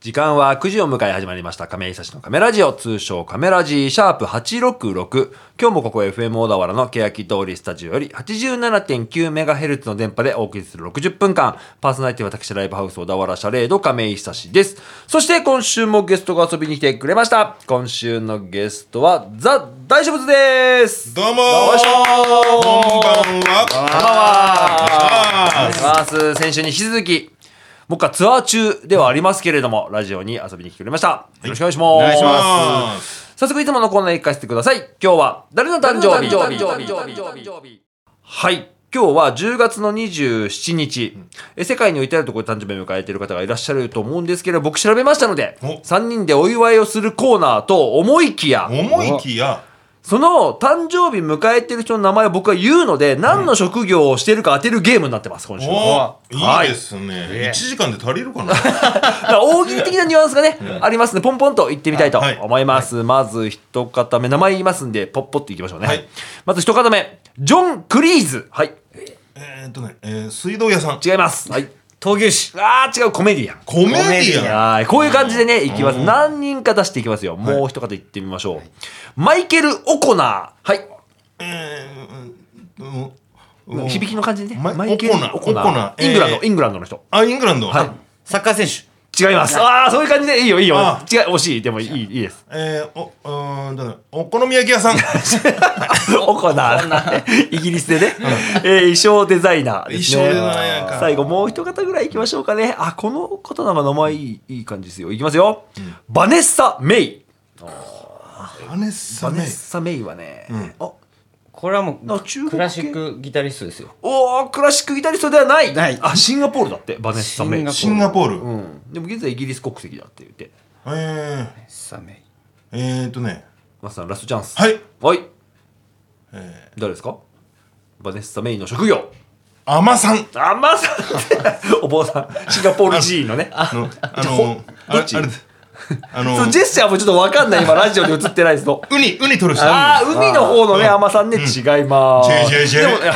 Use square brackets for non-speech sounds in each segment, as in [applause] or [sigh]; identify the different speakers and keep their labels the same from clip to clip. Speaker 1: 時間は9時を迎え始まりました亀井久志のカメラジオ通称カメラジシャープ866今日もここ FM 小田原の欅通りスタジオより 87.9MHz の電波でお送りする60分間パーソナリティは私ライブハウス小田原シャレード亀井久志ですそして今週もゲストが遊びに来てくれました今週のゲストはザ・大丈夫です
Speaker 2: どうも
Speaker 1: よいしょ
Speaker 2: こんばんは
Speaker 1: こんばんはお願いします先週に引き続き僕はツアー中ではありますけれどもラジオに遊びに来てくれましたよろしくお願いします、
Speaker 3: お願いします
Speaker 1: 早速いつものコーナーに行かせてください今日は誰の誕生日はい今日は10月の27日、え世界においてあるところで誕生日を迎えている方がいらっしゃると思うんですけど僕調べましたので
Speaker 2: お
Speaker 1: 3人でお祝いをするコーナーと思いきや
Speaker 2: 思いきや
Speaker 1: その誕生日迎えてる人の名前を僕は言うので何の職業をしてるか当てるゲームになってます今週は
Speaker 2: お
Speaker 1: はい
Speaker 2: いいです
Speaker 3: え
Speaker 2: ね1時間で足りるかな [laughs]
Speaker 1: だから大喜利的なニュアンスがね、ありますのでポンポンと言ってみたいと
Speaker 2: はい
Speaker 1: 思います、まず一方目名前言いますんでポッポッといきましょうね、
Speaker 2: はい
Speaker 1: まず一方目ジョン・クリーズはい
Speaker 2: えーっとねえー水道屋さん
Speaker 1: 違いますはい
Speaker 3: 闘牛士
Speaker 1: あー違うコメディアン
Speaker 2: コメ
Speaker 3: メ
Speaker 2: デ
Speaker 3: デ
Speaker 2: ィ
Speaker 3: ィ
Speaker 2: アン
Speaker 1: はいこういう感じでねいきます何人か出していきますよもう一方言ってみましょう、マイケル・オコナーはい
Speaker 2: えーうんうん
Speaker 1: 響きの感じでね
Speaker 2: マイ
Speaker 1: ケル
Speaker 2: オコナー
Speaker 1: オコナー
Speaker 2: オコナー
Speaker 1: イングランド、
Speaker 2: えー
Speaker 1: イングランドの人
Speaker 2: あイングランド
Speaker 1: はい
Speaker 3: サッカー選手
Speaker 1: 違います。ああー、そういう感じでいいよ、いいよ
Speaker 2: あ。
Speaker 1: 違う、惜しい。でもいい、いい
Speaker 2: [laughs]
Speaker 1: です。
Speaker 2: えーおうーんとねお好み焼き
Speaker 1: [laughs]
Speaker 2: 屋さん
Speaker 1: オコナー。 [laughs] イギリスでね。えー衣装デザイナーですね。
Speaker 2: 衣装デザイナーか
Speaker 1: 最後、もう一方ぐらい行きましょうかね。あ、この方なんか名前いいいい感じですよ。いきますよ。バネッサ・メイ。
Speaker 2: アネッサ
Speaker 1: バネ
Speaker 2: メ
Speaker 1: ッサ・メイはね、あ
Speaker 3: これはも
Speaker 1: あ中国
Speaker 3: う
Speaker 1: 系
Speaker 3: クラシックギタリストですよ
Speaker 1: おークラシックギタリストではない
Speaker 3: ない
Speaker 1: あ、シンガポールだって、バネッサ・メイ。
Speaker 3: シンガポ
Speaker 2: シンガポール
Speaker 1: うん。でも現在イギリス国籍だって言って。
Speaker 2: えー
Speaker 3: サメ
Speaker 2: えーっとね
Speaker 1: マスさん、ラストチャンス。
Speaker 2: はい。
Speaker 1: はい。
Speaker 2: え
Speaker 1: 誰ですかバネッサ・メイの職業。
Speaker 2: あま
Speaker 1: [laughs]
Speaker 2: さん
Speaker 1: あまさんってお坊さんシンガポール人のね
Speaker 2: のあ
Speaker 1: ほ
Speaker 2: のあれあれあ
Speaker 1: そ
Speaker 2: の
Speaker 1: のジェスチャーもちょっと分かんない今ラジオに映ってないですの
Speaker 2: ウニウニ取る人
Speaker 1: ああ海の方のね
Speaker 2: うん
Speaker 1: あまさんね違います
Speaker 2: 違う違う違
Speaker 1: で
Speaker 2: う
Speaker 1: も [laughs] いや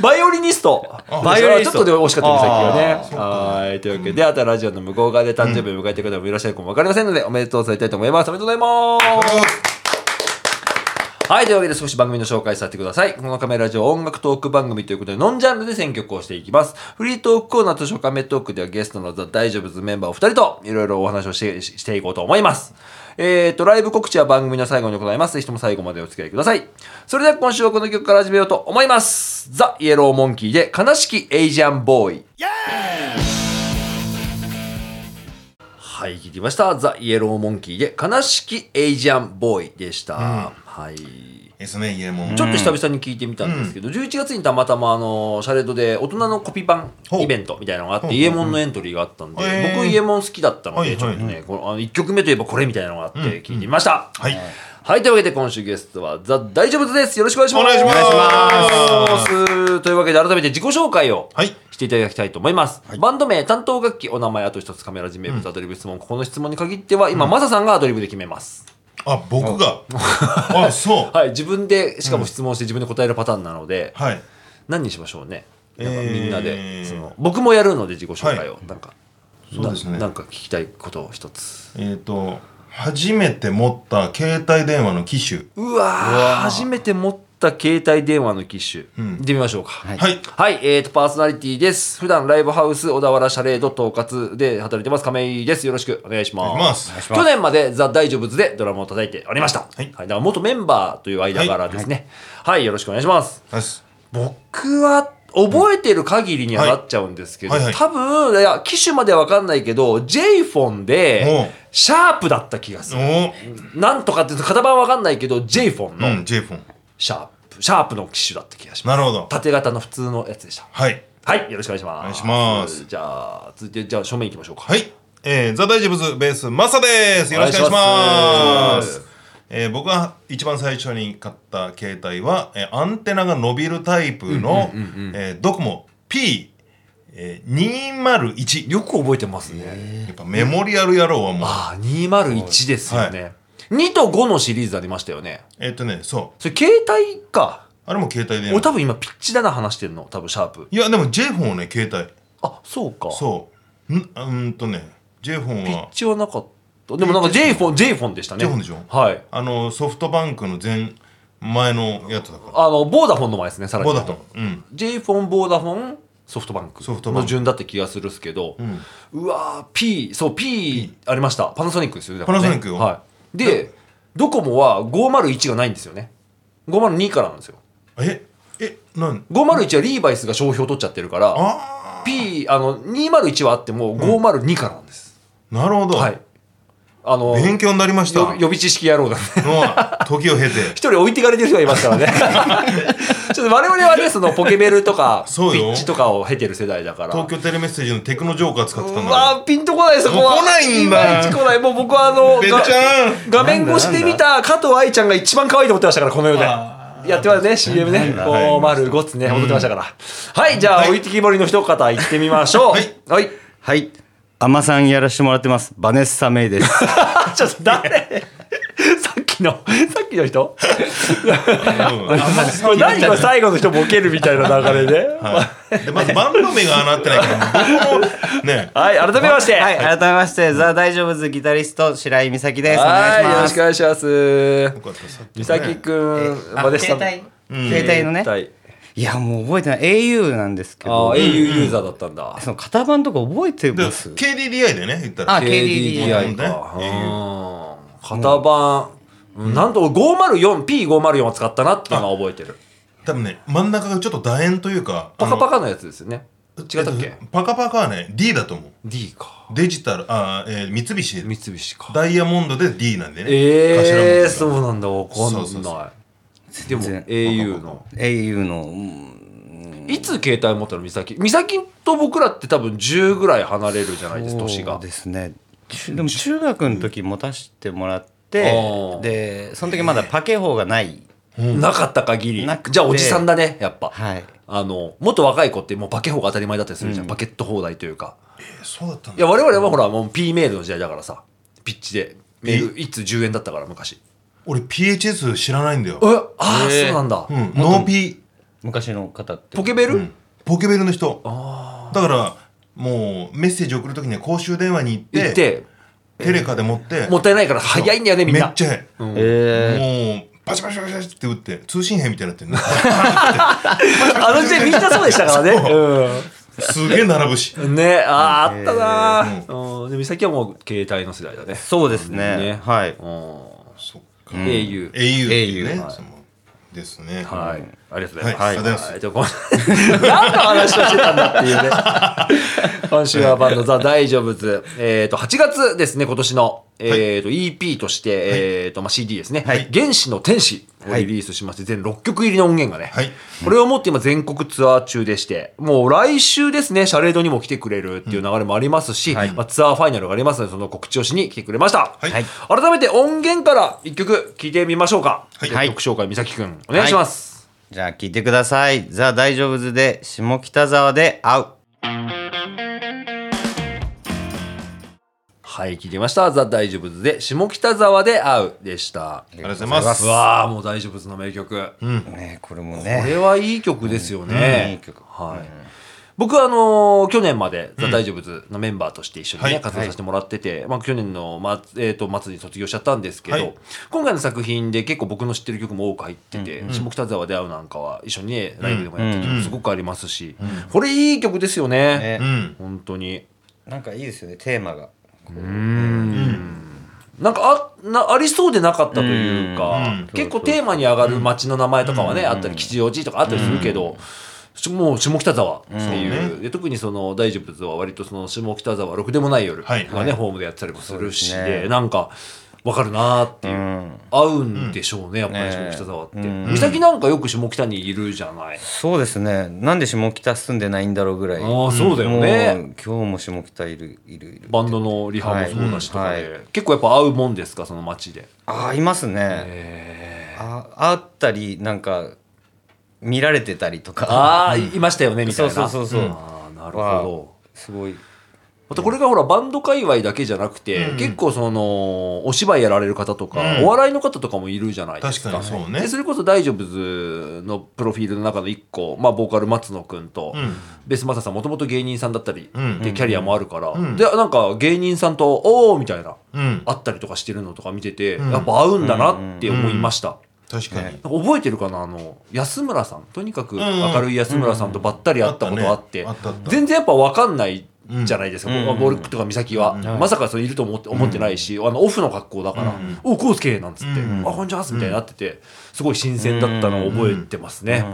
Speaker 1: バイオリニスト
Speaker 3: バイオリニス
Speaker 1: ち
Speaker 3: ト
Speaker 1: ょっとで惜しかったですさっきはねはいというわけであとはラジオの向こう側で誕生日を迎えている方もいらっしゃるかも分かりませんのでおめでとうされたいと思いますおめでとうございますはい、というわけで少し番組の紹介させてください。このカメラ上音楽トーク番組ということで、ノンジャンルで選曲をしていきます。フリートークコーナーと初カメトークではゲストのザ・大丈夫ズメンバーお二人といろいろお話をしてししていこうと思います。えーと、ライブ告知は番組の最後に行います。ぜひとも最後までお付き合いください。それでは今週はこの曲から始めようと思います。ザ・イエローモンキーで悲しきエイジアンボーイ。はい、聞きました。ザ・イエローモンキーで悲しきエイジアンボーイでした。はい。
Speaker 2: ですね家も
Speaker 1: ちょっと久々に聞いてみたんですけど、11月にたまたまあのシャレードで大人のコピパン
Speaker 2: ほう
Speaker 1: イベントみたいなのがあっ
Speaker 2: ほ
Speaker 1: て、
Speaker 2: う
Speaker 1: イエモンのエントリーがあったんで、
Speaker 2: へー
Speaker 1: 僕、イエモン好きだったの
Speaker 2: は
Speaker 1: で、
Speaker 2: いはい
Speaker 1: ちょっとね、このあの1曲目といえばこれみたいなのがあって、聞いてみました。
Speaker 2: はい
Speaker 1: はい、というわけで今週ゲストはザ・大丈夫です。よろしくお願いします。
Speaker 2: お願いします
Speaker 1: お願いしますというわけで改めて自己紹介を
Speaker 2: はい
Speaker 1: していただきたいと思います。バンド名、担当楽器、お名前、あと一つカメラ人名物、アドリブ質問、ここの質問に限っては、今、マサさんがアドリブで決めます。
Speaker 2: あ僕があそ
Speaker 1: [laughs]
Speaker 2: う
Speaker 1: はい、自分で、しかも質問して自分で答えるパターンなので、
Speaker 2: はい
Speaker 1: 何にしましょうね
Speaker 2: え
Speaker 1: なん
Speaker 2: ー
Speaker 1: かみんなで、その僕もやるので自己紹介を、
Speaker 2: は
Speaker 1: なんか
Speaker 2: そうですね
Speaker 1: ななんか聞きたいことを一つ
Speaker 2: えっと初めて持った携帯電話の機種
Speaker 1: うわー初めて持った携帯電話の機種、
Speaker 2: うん
Speaker 1: 行ってみましょうかはい
Speaker 2: はい
Speaker 1: えー、とパーソナリティです普段ライブハウス小田原シャレード統括で働いてます亀井ですよろしくお願いします
Speaker 2: お願いしますお願いします
Speaker 1: 去年まで「ザ・大丈夫ズでドラムを叩いておりました、
Speaker 2: はい
Speaker 1: だから元メンバーという間柄ですねはい、よろしくお願いします
Speaker 2: です
Speaker 1: 僕は覚えてる限りにはなっちゃうんですけど、
Speaker 2: はいはいはい
Speaker 1: 多分いや機種までは分かんないけど j フォンで
Speaker 2: おう
Speaker 1: シャープだった気がす
Speaker 2: お
Speaker 1: るなんとかっていうと型番分かんないけど j フォン
Speaker 2: う
Speaker 1: の
Speaker 2: ん j フォン
Speaker 1: シャープシャープの機種だった気がします
Speaker 2: なるほど
Speaker 1: 縦型の普通のやつでした
Speaker 2: はい
Speaker 1: はいよろしくお願いします
Speaker 2: お願いします
Speaker 1: じゃあ続いてじゃあ正面いきましょうか
Speaker 2: はいい、えー、ザ・大丈夫ズベースマサですよろしくお
Speaker 1: お願いし
Speaker 2: 願いします
Speaker 1: ます
Speaker 2: えー僕が一番最初に買った携帯は、えーアンテナが伸びるタイプの、えードコモ P201、えー201
Speaker 1: よく覚えてますね
Speaker 2: やっぱメモリアル野郎はもう
Speaker 1: ああ201ですよね、2と5のシリーズありましたよね
Speaker 2: えーっ、とねそ
Speaker 1: それ携帯か
Speaker 2: うあれも携帯電
Speaker 1: 俺
Speaker 2: 話
Speaker 1: 多分今ピッチだな話してるの多分シャープ
Speaker 2: いやでも J フォンはね携帯
Speaker 1: あそうか
Speaker 2: そんあうーんとね J フォン
Speaker 1: ピッ
Speaker 2: は
Speaker 1: チはなかったでもなんか J フォン J フォンでしたね
Speaker 2: J フォンでしょ
Speaker 1: はい
Speaker 2: あのソフトバンクの前前のやつだから
Speaker 1: あのボーダフォンの前ですねさらに
Speaker 2: ボ
Speaker 1: 言
Speaker 2: ダ
Speaker 1: うと
Speaker 2: フォンうん
Speaker 1: J フォンボーダフォンソフトバンク
Speaker 2: ソフトバ
Speaker 1: の
Speaker 2: ンク
Speaker 1: 順だって気がするっすけど、うわー P そう P ありましたパナソニックですよねだからね
Speaker 2: パナソニックよ
Speaker 1: はい、でドコモは501がないんですよね502からなんですよ
Speaker 2: ええなん
Speaker 1: 501はリーバイスが商標取っちゃってるから
Speaker 2: あ
Speaker 1: P あの201はあっても502からなんです、
Speaker 2: あなるほど、
Speaker 1: はいあの
Speaker 2: 勉強になりました
Speaker 1: よ予備知識野郎だね
Speaker 2: のは時を経て
Speaker 1: 一人置いてかれてる人がいます
Speaker 2: [laughs]
Speaker 1: からねちょっと我々はねそのポケベルとかピ
Speaker 2: そうよ
Speaker 1: ッチとかを経てる世代だから
Speaker 2: 東京テレメッセージのテクノジョーカー使ってたん
Speaker 1: う
Speaker 2: だから
Speaker 1: わーピンとこないですここは
Speaker 2: もう来ないんだ
Speaker 1: いまいち来ないもう僕はあの
Speaker 2: べっ
Speaker 1: が
Speaker 2: ちゃん
Speaker 1: 画面越しで見た加藤愛ちゃんが一番可愛いと思ってましたからこの世で
Speaker 2: あー
Speaker 1: やってますね CM ね
Speaker 2: はいはい
Speaker 1: 505っつね踊ってましたからはいじゃあ
Speaker 2: はい
Speaker 1: 置いてきぼりの一方行ってみましょう
Speaker 2: はい
Speaker 1: はい
Speaker 3: はい。アマさんやらせてもらってます。バネッサメイ [laughs] です。
Speaker 1: あちょっと誰さっきのさっきの人
Speaker 2: [laughs] うんあんまり
Speaker 1: これ何これ最後の人ボケるみたいな流れで
Speaker 2: はいでまずバンド名がなってないから僕もね
Speaker 1: はい改めまして
Speaker 3: はい、改めまして、ザ・大丈夫ズギタリスト、白井美咲です。お願
Speaker 1: はいいよ
Speaker 3: し
Speaker 1: ろ
Speaker 3: ま
Speaker 1: し
Speaker 3: す。
Speaker 1: くお願いします
Speaker 2: よかったさっき
Speaker 1: 美
Speaker 2: の
Speaker 1: 咲
Speaker 2: ね
Speaker 1: くん
Speaker 3: あ
Speaker 1: までした
Speaker 3: 携帯携帯のね。
Speaker 1: はい
Speaker 3: いや、もう覚えてない。au なんですけ
Speaker 1: あ
Speaker 3: ど
Speaker 1: あ、au ユーザーだったんだ
Speaker 3: その型番とか覚えて
Speaker 2: で
Speaker 3: ます。
Speaker 2: KDDI でね言ったら
Speaker 3: あ
Speaker 1: KDDI
Speaker 3: KDDI
Speaker 1: か。うん型番、うんなんと 504P504 を使ったなっていうのは覚えてる。
Speaker 2: 多分ね真ん中がちょっと楕円というか
Speaker 1: パカ
Speaker 2: カ
Speaker 1: パカのやつですよね。違ったっけ
Speaker 2: パカパカはね D だと思う
Speaker 1: ?D か。
Speaker 2: デジタルあー、えー、三菱
Speaker 1: 三菱か。
Speaker 2: ダイヤモンドで D なんでね
Speaker 1: ええー、そ
Speaker 2: 頭文字が
Speaker 1: うなんだ、わかん
Speaker 2: そうそう
Speaker 1: な
Speaker 2: そ
Speaker 1: い。でも
Speaker 3: 全然
Speaker 1: au の
Speaker 3: au の、うん
Speaker 1: いつ携帯持ったの美咲美咲と僕らって多分10ぐらい離れるじゃないですか年
Speaker 3: そ
Speaker 1: が
Speaker 3: うですね。ちゅでも中学の時持たせてもら
Speaker 1: あ
Speaker 3: って
Speaker 1: ー、
Speaker 3: で、その時まだパケ法がない。
Speaker 1: なかった限り
Speaker 3: なくて
Speaker 1: じゃあおじさんだねやっぱ、
Speaker 3: はい。
Speaker 1: あのもっと若い子ってもうバケ法が当たり前だったりするじゃん、バケット放題というか
Speaker 2: えーそうだったん
Speaker 1: い
Speaker 2: だ
Speaker 1: や我々はほらもう P メールの時代だからさピッチでメールいつ10円だったから昔
Speaker 2: 俺 PHS 知らないんだよ
Speaker 1: え、ああ
Speaker 3: へ
Speaker 1: そ
Speaker 3: え
Speaker 1: うなんだ
Speaker 2: うんノーピー
Speaker 3: 昔の方って。
Speaker 1: ポケベル、
Speaker 2: ポケベルの人だからもうメッセージ送るときには公衆電話に行って
Speaker 1: 行って
Speaker 2: テレカで持って
Speaker 1: もったいないから早いんだよねみん
Speaker 2: め
Speaker 1: な
Speaker 2: っちゃ早いも
Speaker 3: え
Speaker 2: うバチバチバチバチって打って通信兵みたいになってるね
Speaker 1: あの時代みんなそうでしたからね
Speaker 2: すげえ並ぶ
Speaker 1: [laughs]
Speaker 2: し
Speaker 1: うんねあーあったなー、うん、で美咲はもう携帯の世代だね
Speaker 3: ーそうです
Speaker 1: ね
Speaker 3: ね。はい。
Speaker 1: う
Speaker 2: そっか
Speaker 1: ん、au
Speaker 2: 英雄っていう
Speaker 3: au
Speaker 2: ね
Speaker 3: はい
Speaker 2: そのですね
Speaker 1: はい、ありがとうございます。
Speaker 2: はいありがとうございます
Speaker 1: はいじゃあこん [laughs] 何の話をしてたんだっていうね。
Speaker 2: [laughs]
Speaker 1: 今週はバンドザ・大丈夫ズ。えっ、と、8月ですね、今年の、えっ、と、EP として、えっ、と、まあ、CD ですね、
Speaker 3: はい
Speaker 1: 原始の天使をリリースしまして、全6曲入りの音源がね、
Speaker 2: はい
Speaker 1: これをもって今全国ツアー中でして、もう来週ですね、シャレードにも来てくれるっていう流れもありますし、まあ、ツアーファイナルがありますので、その告知をしに来てくれました。
Speaker 2: はい
Speaker 1: 改めて音源から1曲聴いてみましょうか。
Speaker 2: はい
Speaker 1: じゃあ曲紹介、美咲くん、お願いします。
Speaker 3: じゃあ聞いてください。ザ・大丈夫ズで、下北沢で会う。
Speaker 1: はい、聞いてみました。ザ・大丈夫ズで、下北沢で会うでした。
Speaker 2: ありがとうございます
Speaker 1: うわあ、もう大丈夫ズの名曲。
Speaker 3: ねこれも
Speaker 1: こ
Speaker 3: ね。
Speaker 1: れはいい曲ですよ
Speaker 3: うんうんい
Speaker 1: ね
Speaker 3: い。曲
Speaker 1: はい。僕はあのー去年まで、ザ・大丈夫ズのメンバーとして一緒にね、
Speaker 2: はい
Speaker 1: 活動させてもらってて、まあ、去年の末、えー、と末に卒業しちゃったんですけど、
Speaker 2: はい
Speaker 1: 今回の作品で結構僕の知ってる曲も多く入ってて、下北沢で会うなんかは一緒にね、ライブでもやってる曲すごくありますし、これいい曲ですよね。
Speaker 2: う
Speaker 3: ね
Speaker 2: ん
Speaker 1: 本当に。
Speaker 3: なんかいいですよね、テーマが。
Speaker 1: なんかあなありそうでなかったというか、
Speaker 2: うんうん
Speaker 1: 結構テーマに上がる街の名前とかはね、あったり吉祥寺とかあったりするけど、しもう下北沢っていう、で特にその大丈夫ズは割とその下北沢ろくでもない夜が
Speaker 2: はい
Speaker 1: ね、ホームでやってたりもするし
Speaker 3: そう
Speaker 1: で、
Speaker 3: ですね
Speaker 1: なんかわかるなーっていう、
Speaker 3: うん。
Speaker 1: 合うんでしょうねやっぱり下
Speaker 3: ね
Speaker 1: 北沢って、
Speaker 3: うん
Speaker 1: 美咲なんかよく下北にいるじゃない、
Speaker 3: そうですね。なんで下北住んでないんだろうぐらい。
Speaker 1: ああそうだよね、
Speaker 3: もう今日も下北いるいるいる
Speaker 1: バンドのリハもそうだしとかで、
Speaker 3: はい
Speaker 1: 結構やっぱ合うもんですかその街で
Speaker 3: ああいますねああったりなんか見られてたりとか
Speaker 1: ああ、いましたよねみたい
Speaker 3: そう
Speaker 1: な
Speaker 3: そうそうそう
Speaker 1: あーなるほど
Speaker 3: すごい
Speaker 1: またこれがほらバンド界隈だけじゃなくて、
Speaker 2: うん
Speaker 1: 結構そのお芝居やられる方とか、
Speaker 2: うん
Speaker 1: お笑いの方とかもいるじゃないですか
Speaker 2: 確かにそうね
Speaker 1: でそれこそ大丈夫ズのプロフィールの中の1個、まあ、ボーカル松野君と、
Speaker 2: うん
Speaker 1: ベースマサさんもともと芸人さんだったり、
Speaker 2: うん
Speaker 1: でキャリアもあるから、
Speaker 2: うん
Speaker 1: でなんか芸人さんと「おお」みたいな
Speaker 2: うん
Speaker 1: 会ったりとかしてるのとか見てて、
Speaker 2: うん
Speaker 1: やっぱ合うんだなって思いました。
Speaker 2: 確かに、
Speaker 1: なんか覚えてるかなあの安村さんとにかく
Speaker 2: ん
Speaker 1: 明るい安村さんとばったり会ったことあって、
Speaker 2: あったねあったあった
Speaker 1: 全然やっぱ分かんないじゃないですか、
Speaker 3: うん
Speaker 1: 僕はゴルフとか美咲は、
Speaker 2: うん
Speaker 1: まさかそれいると思って思ってないし、あのオフの格好だから「
Speaker 2: うん
Speaker 1: おう康介」なんつって「
Speaker 2: うん
Speaker 1: あこんにちは」みたいになっててすごい新鮮だったのを覚えてますね。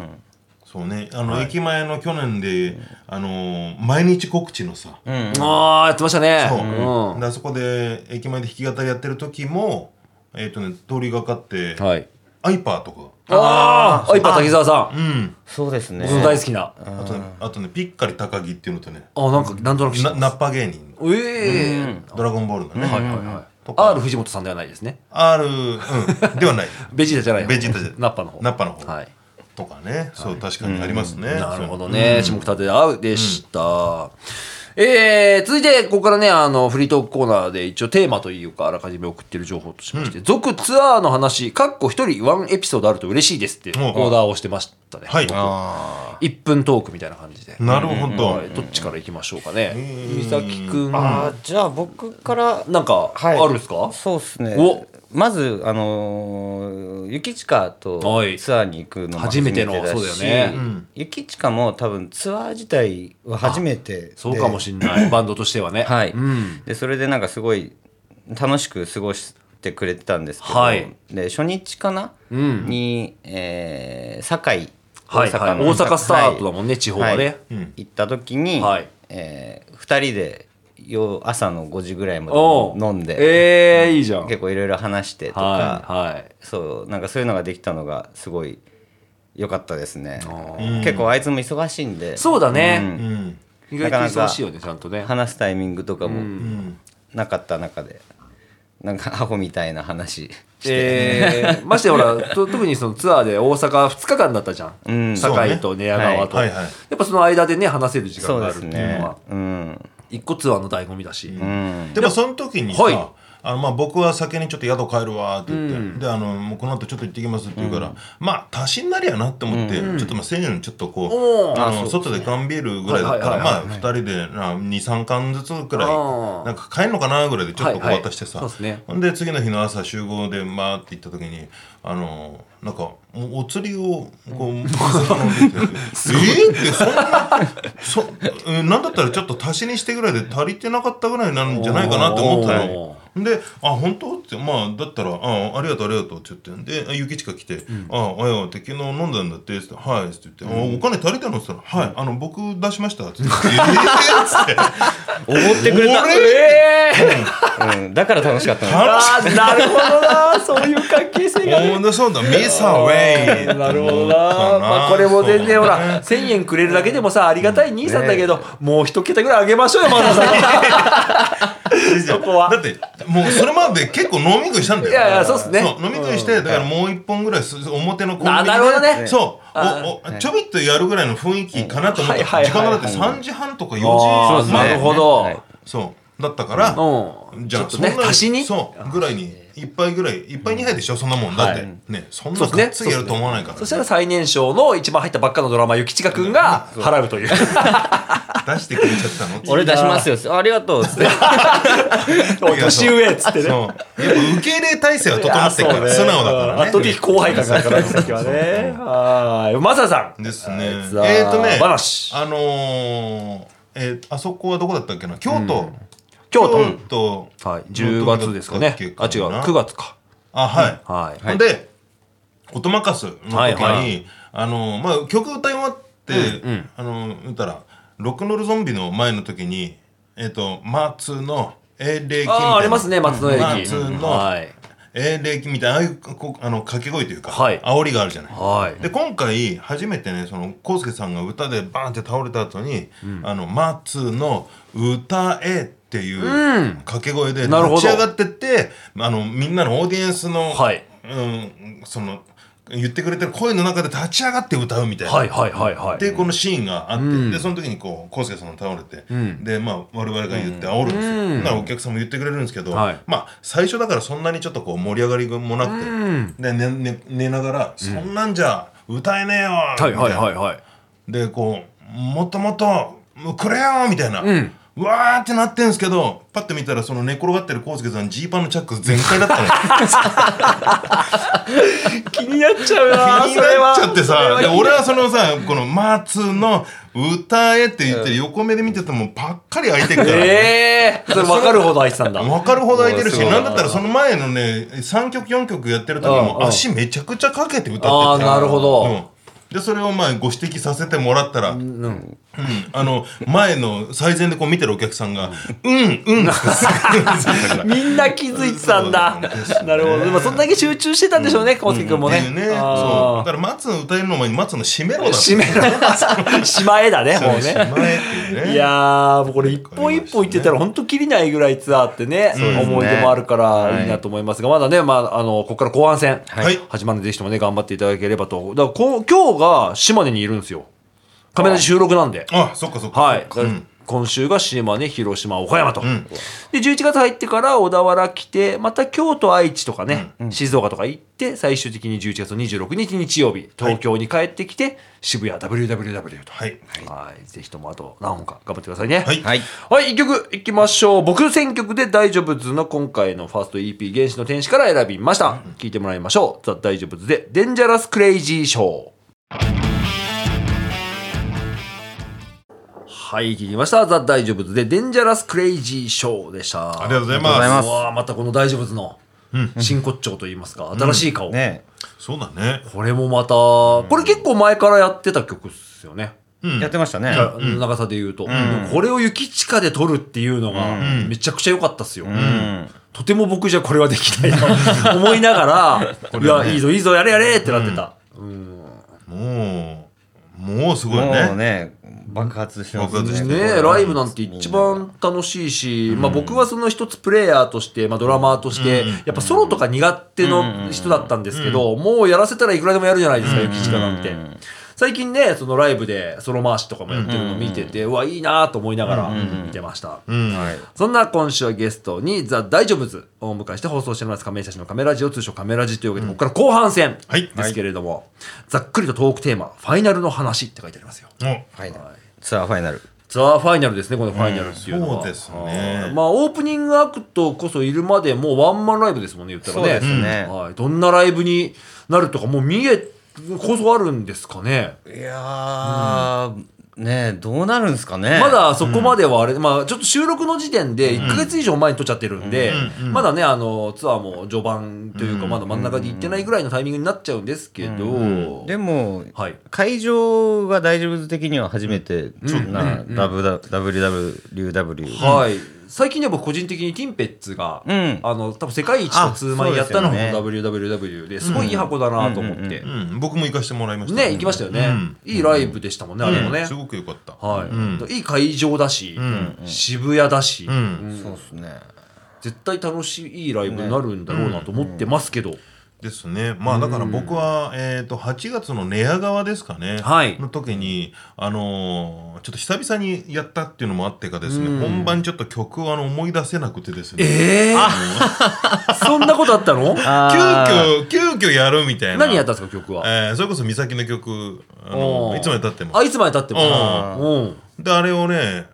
Speaker 2: そうねあの、
Speaker 1: はい
Speaker 2: 駅前の去年であのー毎日告知のさ、
Speaker 3: うんうん
Speaker 1: あーやってましたね。
Speaker 2: そう、
Speaker 1: うん
Speaker 2: であそこで駅前で弾き語りやってる時もえっ、とね通りがかって、
Speaker 1: はい、
Speaker 2: アイパーとか
Speaker 1: ああ
Speaker 3: あー
Speaker 1: あいぱ滝沢さん
Speaker 2: うん
Speaker 3: そうですね
Speaker 1: 僕の大好きな
Speaker 2: あとねあとねピッカリ高木っていうのとね
Speaker 1: あなんかなんとなく知って
Speaker 2: な
Speaker 1: ます
Speaker 2: ナッパ芸人
Speaker 1: ええー
Speaker 2: ドラゴンボールのね、
Speaker 1: はいはいは
Speaker 2: と
Speaker 1: い
Speaker 2: か
Speaker 1: R 藤本さんではないですね
Speaker 2: R、うん、で
Speaker 1: [laughs]
Speaker 2: はない
Speaker 1: ベジータじゃない方
Speaker 2: ベジータじゃ
Speaker 1: ナッパの方
Speaker 2: ナッパの方
Speaker 1: はい
Speaker 2: とかねそう確かにありますね、
Speaker 1: なるほどね。下北で会うでした。えー、続いて、ここからね、あの、フリートークコーナーで一応テーマというか、あらかじめ送ってる情報としまして、続ツアーの話、かっこ一人ワンエピソードあると嬉しいですっていう
Speaker 2: おう
Speaker 1: オーダーをしてましたね。
Speaker 2: はい
Speaker 3: あ
Speaker 1: 1分トークみたいな感じで。
Speaker 2: なるほど、
Speaker 1: はいどっちから行きましょうかね。
Speaker 2: うん
Speaker 1: 美咲くん、
Speaker 3: ー
Speaker 1: な
Speaker 3: あーじゃあ僕から
Speaker 1: んか、あ
Speaker 3: はい
Speaker 1: るんすか
Speaker 3: そうですね
Speaker 1: お
Speaker 3: まずあのー、ゆきちかと
Speaker 1: はい
Speaker 3: ツアーに行くのも
Speaker 1: 初めての
Speaker 3: 初めだし
Speaker 1: そうだよね
Speaker 2: うん
Speaker 3: ゆきちかも多分ツアー自体は初めてで
Speaker 1: そうかもしんない。バンドとしてはね。
Speaker 3: はい、
Speaker 1: うん。
Speaker 3: でそれでなんかすごい楽しく過ごしてくれてたんですけど、
Speaker 1: はい
Speaker 3: で初日かな、
Speaker 1: ん
Speaker 3: に、えー堺
Speaker 1: はいはい
Speaker 3: の
Speaker 1: 大阪スタートだもんね地方はね
Speaker 2: うん
Speaker 3: 行った時に、
Speaker 1: はい
Speaker 3: えー、2人で夜朝の5時ぐらいま
Speaker 1: おう
Speaker 3: で飲んで、
Speaker 1: ええいいじゃん。
Speaker 3: 結構いろいろ話してとか、
Speaker 1: はい、はい。
Speaker 3: そうなんかそういうのができたのがすごい良かったですね
Speaker 2: ー
Speaker 3: 結構あいつも忙しいんで
Speaker 1: そうだね
Speaker 3: ん
Speaker 2: うん
Speaker 1: 意外と忙しいよね、ちゃんとね。
Speaker 3: 話すタイミングとか
Speaker 2: う
Speaker 3: も
Speaker 2: ん
Speaker 3: なかった中でなんかアホみたいな話
Speaker 1: えー、ましてほらと特にそのツアーで大阪2日間だったじゃん、
Speaker 3: うん
Speaker 1: 堺と寝屋川と、
Speaker 2: そうねはいはいはい
Speaker 1: やっぱその間でね話せる時
Speaker 3: そ
Speaker 1: 間
Speaker 3: う
Speaker 1: があ
Speaker 3: で
Speaker 1: るっ
Speaker 3: す
Speaker 1: ていうの
Speaker 3: ね
Speaker 1: は、
Speaker 3: うん
Speaker 1: 一個ツアーの醍醐味だし、
Speaker 3: うん
Speaker 2: でもその時にさ、
Speaker 1: はい
Speaker 2: あのまあ僕は先にちょっと宿帰るわって言って、であのもうこの後ちょっと行ってきますって言うから、まあ足しになりやなって思って、ちょっとまあ1000円ちょっとこ
Speaker 1: お
Speaker 2: う
Speaker 1: ー
Speaker 2: あの外で缶ビールぐらいだった
Speaker 1: はい
Speaker 2: ら
Speaker 1: はいはい
Speaker 2: ま
Speaker 1: は
Speaker 2: あ2人で23缶ずつくらい
Speaker 1: あー
Speaker 2: なんか買えるのかなぐらいでちょっとこ
Speaker 1: は
Speaker 2: う
Speaker 1: いはい
Speaker 2: 渡してさ、
Speaker 1: そうっすね
Speaker 2: ほんで次の日の朝集合でまあって行った時にあのなんかおお釣りをこう、 [laughs] うん、えーってそんなそ、うん、なんだったらちょっと足しにしてぐらいで足りてなかったぐらいなんじゃないかなって思ったので「あ本当?」って「まあだったらあありがとうありがとう」って言ってであゆきちか来て「あああやって昨日飲んだんだって」って言って「はい」って言って「あお金足りたの?」って言ったら「はいあの僕出しました」って言って「えーっ
Speaker 1: [laughs]
Speaker 2: つって
Speaker 3: おごってくれた、
Speaker 1: えー、
Speaker 3: うん、だから楽しかったの
Speaker 2: 楽し
Speaker 1: あーなるほどなそういう関係性がね
Speaker 2: おーそうだミサウェ
Speaker 1: [laughs]
Speaker 2: イ
Speaker 1: なるほどな、まあ、これも全然ほら、1000円くれるだけでもさありがたい兄さんだけど、もう一桁ぐらいあげましょうよマサさん
Speaker 2: そ
Speaker 1: こは
Speaker 2: だってもうそれまで結構飲み食いしたんだよ
Speaker 1: いやいやそうっすね
Speaker 2: 飲み食いしてだからもう一本ぐらいす表のコンビニ
Speaker 1: あ
Speaker 2: で
Speaker 1: なるほどね
Speaker 2: そう
Speaker 1: あ
Speaker 2: おおちょびっとやるぐらいの雰囲気かなと思った
Speaker 1: はいはいはいはい
Speaker 2: 時間がだって3時半とか4
Speaker 1: あ
Speaker 2: 時
Speaker 1: ー
Speaker 2: ま
Speaker 1: な
Speaker 2: で
Speaker 1: るほど、
Speaker 3: はい
Speaker 2: そうだったから
Speaker 1: うん
Speaker 2: じゃあ
Speaker 1: ちょ
Speaker 2: そ
Speaker 1: っ
Speaker 2: ん
Speaker 1: とね
Speaker 2: な
Speaker 1: 足しに
Speaker 2: そうぐらいに一杯ぐらい一杯二杯でしょそんなもんだって
Speaker 1: は
Speaker 2: ねそんな
Speaker 1: そうですね
Speaker 2: がっつりやると思わないから
Speaker 1: そしたら最年少の一番入ったばっかのドラマー、ゆきちかくんが払うと [laughs] いう。
Speaker 2: 出してくれちゃったの
Speaker 1: [laughs]
Speaker 3: 俺出しますよありがとうっつって
Speaker 1: お年上っつってね。
Speaker 2: そうやっぱ受け入れ体制は整ってるか
Speaker 1: いや
Speaker 2: ら素直だからね
Speaker 1: 圧倒的後輩感があるから、さっきはね。はい。マサさん。
Speaker 2: ですね。えっ、
Speaker 1: ザー
Speaker 2: ー、とね、
Speaker 1: 話
Speaker 2: あのー、えーあそこはどこだったっけな、京都。
Speaker 1: 京都。
Speaker 2: 都
Speaker 1: はい。10月ですかね。あ、違う。9。
Speaker 2: の時だったっけな
Speaker 1: 月か。
Speaker 2: あ、はい。
Speaker 1: はい。
Speaker 2: ほんで、オトマカスの時に、
Speaker 1: はいはい
Speaker 2: あのー、まあ、曲歌い終わって、あのー、言ったら、ロックンロールゾンビの前の時に、えっ、と、松の、えー、霊気みたい
Speaker 1: あ
Speaker 2: な
Speaker 1: あ、ありますね、松野駅。
Speaker 2: 松の、
Speaker 1: はい。
Speaker 2: えー、霊気みたいな、ああいうこあの掛け声というか、
Speaker 1: はい
Speaker 2: 煽りがあるじゃない。
Speaker 1: はい。
Speaker 2: で今回初めてねその康介さんが歌でバーンって倒れた後に「あの松の歌え」っていう掛け声で
Speaker 1: なるほど
Speaker 2: 立ち上がってって、あのみんなのオーディエンスの、
Speaker 1: はい
Speaker 2: うん、その言ってくれてる声の中で立ち上がって歌うみたいな。
Speaker 1: はいはいはいはい。
Speaker 2: でこのシーンがあって、
Speaker 1: うん
Speaker 2: でその時にこう康介さんが倒れて、
Speaker 1: うん
Speaker 2: でまあ我々が言って煽るんです
Speaker 1: う
Speaker 2: よ、
Speaker 1: ん
Speaker 2: ならお客さんも言ってくれるんですけど、
Speaker 1: はい
Speaker 2: まあ最初だからそんなにちょっとこう盛り上がりもなくて、
Speaker 1: うん。
Speaker 2: で寝寝寝ながら「そんなんじゃ歌えねえよ」みた
Speaker 1: はいい
Speaker 2: な
Speaker 1: はいはいはい。
Speaker 2: でこう「もっともっともうくれよ」みたいな、
Speaker 1: うん
Speaker 2: うわーってなってんすけどパッと見たらその寝転がってる康介さんジーパンのチャック全開だったの
Speaker 1: 気になっちゃうな
Speaker 2: 気になっちゃっ
Speaker 1: そ
Speaker 2: て
Speaker 1: れ
Speaker 2: さ
Speaker 1: は
Speaker 2: で俺はそのさこの「松の歌え」って言って横目で見ててもパッカリ開いてるから。
Speaker 1: ええそれ分かるほど愛してたんだ。
Speaker 2: 分かるほど空いてるし
Speaker 3: すごい
Speaker 2: なんだったらその前のね3曲4曲やってる時
Speaker 1: うんうん
Speaker 2: も足めちゃくちゃかけて歌ってて
Speaker 1: ああ、なるほど。
Speaker 2: うん、でそれをまあご指摘させてもらったら、うんあの前の最前でこう見てるお客さんが「うんうん」って言
Speaker 1: [laughs]
Speaker 2: ってたから
Speaker 1: みんな気づいてたんだ
Speaker 2: そうです。ね
Speaker 1: なるほど。でもそんだけ集中してたんでしょうね、小関君もね。
Speaker 2: っていうねそう
Speaker 1: あ
Speaker 2: だから松の歌えるの前に松の「締めろ」だっ
Speaker 1: ー
Speaker 2: た
Speaker 1: 締めろ。しまえだね、もう
Speaker 2: そう
Speaker 1: ね。
Speaker 2: 締めっていうね
Speaker 1: いやー、もうこれ一本一本言ってたら本当切りないぐらいツアーってね、
Speaker 2: ね
Speaker 1: 思い出もあるからいいなと思いますが、まだね、まあ、あの、ここから後半戦
Speaker 2: はい
Speaker 1: 始まるんで、ぜひともね、頑張っていただければと。だからこう、今日が島根にいるんですよ。カメラ収録なんで。
Speaker 2: あそっかそっか
Speaker 1: はい。
Speaker 2: うん
Speaker 1: 今週が島根、広島、岡山と。
Speaker 2: うん
Speaker 1: で11月入ってから小田原来てまた京都愛知とかね、静岡とか行って最終的に11月26日日曜日東京に帰ってきて、渋谷 WWW と
Speaker 2: はい
Speaker 1: はいぜひともあと何本か頑張ってくださいね
Speaker 2: はい
Speaker 3: はい
Speaker 1: はい、1曲いきましょう僕選曲で「大丈夫ズ」の今回のファースト EP「原始の天使」から選びました聞いてもらいましょう「ザ・大丈夫ズ」で「デンジャラス・クレイジー・ショー」はい、聞きました。ザ・大丈夫ズで、デンジャラス・クレイジー・ショーでした。
Speaker 2: ありがとうござい
Speaker 3: ありがとうござい
Speaker 2: ま
Speaker 3: ますす
Speaker 1: うわあまたこの大丈夫ズの真骨頂といいますか、新しい顔、
Speaker 3: ね
Speaker 2: そうだね
Speaker 1: これもまた、これ結構前からやってた曲っすよね。
Speaker 2: うん
Speaker 3: やってましたね
Speaker 1: 長さで言うと、でもこれを雪地下で撮るっていうのがめちゃくちゃ良かったっすよ、
Speaker 3: うん
Speaker 1: とても僕じゃこれはできないと思いながら、い
Speaker 2: れは
Speaker 1: や
Speaker 2: ね
Speaker 1: いいぞいいぞやれやれってなってた、うん
Speaker 2: もうもうすごい
Speaker 3: もう
Speaker 2: ね
Speaker 3: ね爆発してます
Speaker 2: 爆発して
Speaker 1: ね
Speaker 2: る
Speaker 1: えライブなんて一番楽しいし、まあ、僕はその一つプレイヤーとして、まあ、ドラマーとして、
Speaker 2: うん
Speaker 1: やっぱソロとか苦手の人だったんですけど、もうやらせたらいくらでもやるじゃないですか、雪地下なんて。最近ねそのライブでソロ回しとかもやってるのを見てて、うわいいなと思いながら見てました。
Speaker 2: うん
Speaker 3: はい
Speaker 1: そんな今週はゲストに「ザ・大丈夫ズをお迎えして放送しております亀井写真のカメラジオ通称カメラジというわけで、ここから後半戦
Speaker 2: はい
Speaker 1: ですけれども、ざっくりとトークテーマ「ファイナルの話」って書いてありますよ。
Speaker 2: お
Speaker 3: ファイナルツアーファイナル
Speaker 1: ツアーファイナルですね、このファイナルっていうのは。
Speaker 2: うんそうですね
Speaker 1: はいまあ、オープニングアクトこそいるまでもうワンマンライブですもんね、言ったらね。
Speaker 3: そうですね
Speaker 1: はい。どんなライブになるとか、もう見え、こそあるんですかね。
Speaker 3: いやーねどうなるんですかね
Speaker 1: まだそこまではあれ、まあ、ちょっと収録の時点で1ヶ月以上前に撮っちゃってるんで、まだね、あの、ツアーも序盤というか、まだ真ん中に行ってないぐらいのタイミングになっちゃうんですけど、
Speaker 3: でも
Speaker 1: はい。
Speaker 3: 会場が大丈夫的には初めてな WWWW
Speaker 1: はい。最近では僕個人的にティンペッツが、
Speaker 3: うん
Speaker 1: あの、多分世界一のツーマンやったの
Speaker 3: あそう
Speaker 1: も
Speaker 3: ですよ
Speaker 1: WWW で、すごいいい箱だなと思って
Speaker 2: う。ん、僕も行かしてもらいました
Speaker 1: ね、行きましたよね。いいライブでしたもんね、あれも
Speaker 2: う
Speaker 1: ね
Speaker 2: んす。ごく良かった
Speaker 1: はい
Speaker 2: うん
Speaker 1: いい会場だし、渋谷だし
Speaker 2: う、ん、
Speaker 3: そうですね
Speaker 1: 絶対楽しい、いいライブになるんだろうなと思ってますけど。
Speaker 2: ですねまあだから僕は、えー、と8月の寝屋川ですかね、
Speaker 1: はい
Speaker 2: の時に、あのーちょっと久々にやったっていうのもあってかですね、本番ちょっと曲をあの思い出せなくてですね
Speaker 1: ええそんなことあったの
Speaker 2: 急
Speaker 3: あ
Speaker 2: 遽急遽やるみたいな
Speaker 1: 何やったんですか、曲は。
Speaker 2: えーそれこそ美咲の曲あの
Speaker 1: おー
Speaker 2: いつまでたっても
Speaker 1: あ、いつまで経っても。うん
Speaker 2: であれをね